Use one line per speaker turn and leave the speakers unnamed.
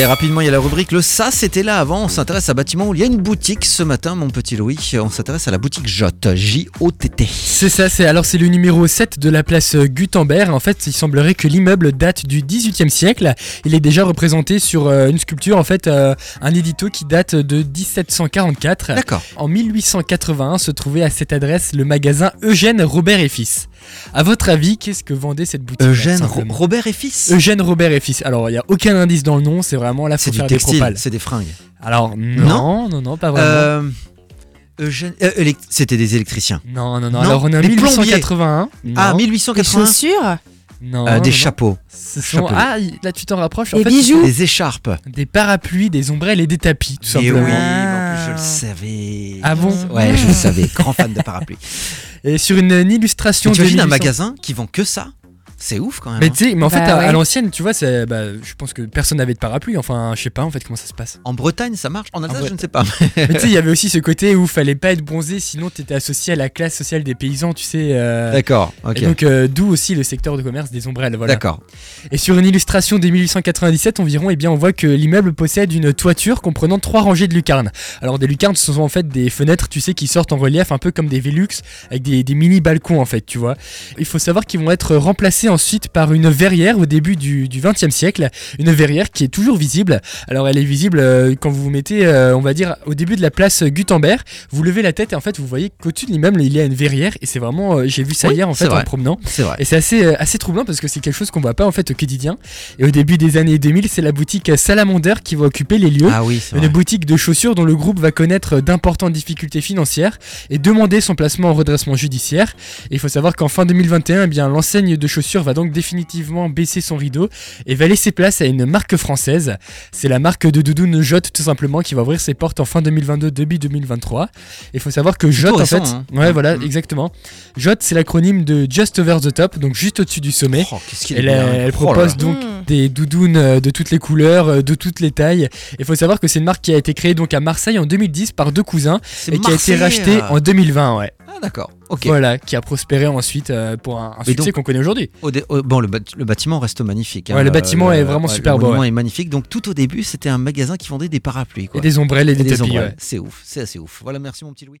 Et rapidement, il y a la rubrique Le Ça, c'était là avant. On s'intéresse à bâtiment où il y a une boutique ce matin, mon petit Louis. On s'intéresse à la boutique Jot, J-O-T-T.
C'est ça, c'est alors c'est le numéro 7 de la place euh, Gutenberg. En fait, il semblerait que l'immeuble date du 18e siècle. Il est déjà représenté sur euh, une sculpture, en fait, euh, un édito qui date de 1744.
D'accord.
En 1881 se trouvait à cette adresse le magasin Eugène Robert et Fils. À votre avis, qu'est-ce que vendait cette boutique
Eugène Ro-
simplement
Robert et fils.
Eugène Robert et Fils. Alors, il n'y a aucun indice dans le nom, c'est vraiment là
C'est
pour
du
faire des
textile,
propales.
c'est des fringues.
Alors, non, non, non, pas vraiment.
Euh, Eugène, euh, élect- c'était des électriciens.
Non, non, non,
non,
alors on est en
des plombiers.
1881. Non,
Ah,
Des
1880.
chaussures
non,
Euh,
non,
des
non.
chapeaux,
Ce sont...
Chapeau.
Ah, il- là tu t'en rapproches. En
Des
fait,
bijoux
des écharpes.
Des parapluis, des ombrelles et des tapis, tout
Et oui, mais
simplement.
en plus, je le savais.
Ah bon
Ouais, je le savais. Grand fan de parapluie.
Et sur une, une illustration
Tu
de.
imagines un
1800
magasin qui vend que ça C'est ouf quand même.
Mais
hein.
tu sais, mais en fait,
Bah
à, à
ouais.
l'ancienne, tu vois, c'est, bah, je pense que personne n'avait de parapluie. Enfin, je sais pas en fait comment ça se passe.
En Bretagne, ça marche En Alsace,
Bre-
je ne sais pas.
mais tu sais, il y avait aussi ce côté où fallait pas être bronzé, sinon t'étais associé à la classe sociale des paysans, tu sais. euh,
D'accord, ok.
Et donc, euh, d'où aussi le secteur de commerce des ombrelles. Voilà.
D'accord.
Et sur une illustration de 1897 environ, eh bien, on voit que l'immeuble possède une toiture comprenant trois rangées de lucarnes. Alors des lucarnes, ce sont en fait des fenêtres, tu sais, qui sortent en relief, un peu comme des Velux, avec des, des mini balcons en fait, tu vois. Il faut savoir qu'ils vont être remplacés ensuite par une verrière au début du, du 20e siècle, une verrière qui est toujours visible. Alors elle est visible euh, quand vous vous mettez, euh, on va dire, au début de la place Gutenberg. Vous levez la tête et en fait, vous voyez qu'au-dessus de l'immeuble, il y a une verrière et c'est vraiment, euh, j'ai vu ça
Oui,
hier en
c'est
fait en
vrai.
me promenant.
C'est vrai.
Et c'est assez, euh, assez troublant parce que c'est quelque chose qu'on voit pas en fait au quotidien. Et au début des années 2000, c'est la boutique Salamander qui va occuper les lieux.
Ah oui, c'est
Une
vrai.
boutique de chaussures dont le groupe va connaître d'importantes difficultés financières et demander son placement en redressement judiciaire. Et il faut savoir qu'en fin 2021, eh bien l'enseigne de chaussures va donc définitivement baisser son rideau et va laisser place à une marque française. C'est la marque de doudoune Jotte tout simplement qui va ouvrir ses portes en fin 2022 début 2023. Et il faut savoir que Jotte en fait,
récent, hein.
ouais voilà
Mhm.
exactement. Jotte c'est l'acronyme de Just Over the Top, donc juste au-dessus du sommet.
Oh, qu'est-ce qu'il est
Elle,
bien. Oh
elle
là là.
propose donc
Hmm.
des doudounes euh, de toutes les couleurs, euh, de toutes les tailles. Il faut savoir que c'est une marque qui a été créée donc à Marseille en 2010 par deux cousins
C'est
et qui a été
Marseillais,
rachetée
euh.
en 2020. Ouais.
Ah d'accord. Ok.
Voilà, qui a prospéré ensuite euh, pour un, un
Mais
succès
donc-
qu'on connaît aujourd'hui.
Au dé- au- bon, le, bat- le bâtiment reste magnifique. hein. Euh,
Ouais, le bâtiment est vraiment super
Le
beau,
monument
ouais.
est magnifique. Donc tout au début, c'était un magasin qui vendait des parapluies. Quoi.
Et des ombrelles et,
Et
des,
des
tapis.
ombrelles.
ouais.
C'est ouf. C'est assez ouf. Voilà, merci mon petit Louis.